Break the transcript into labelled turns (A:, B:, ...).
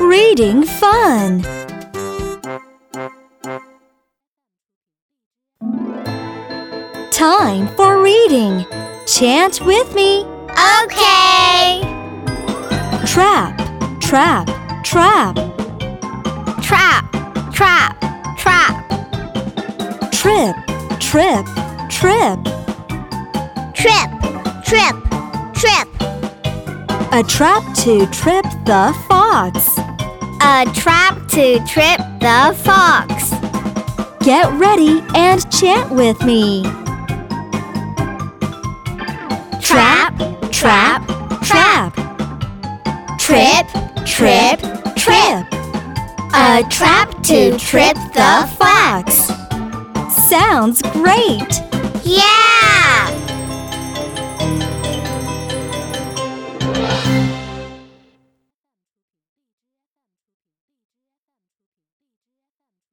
A: Reading fun! Time for reading. Chant with me.
B: Okay.
A: Trap, trap, trap.
B: Trap, trap, trap.
A: Trip, trip, trip.
B: Trip, trip, trip.
A: A trap to trip the fox.
B: A trap to trip the fox.
A: Get ready and chant with me.
B: Trap, trap,
A: trap.
B: Trip, trip, trip. A trap to trip the fox.
A: Sounds great!
B: Yeah!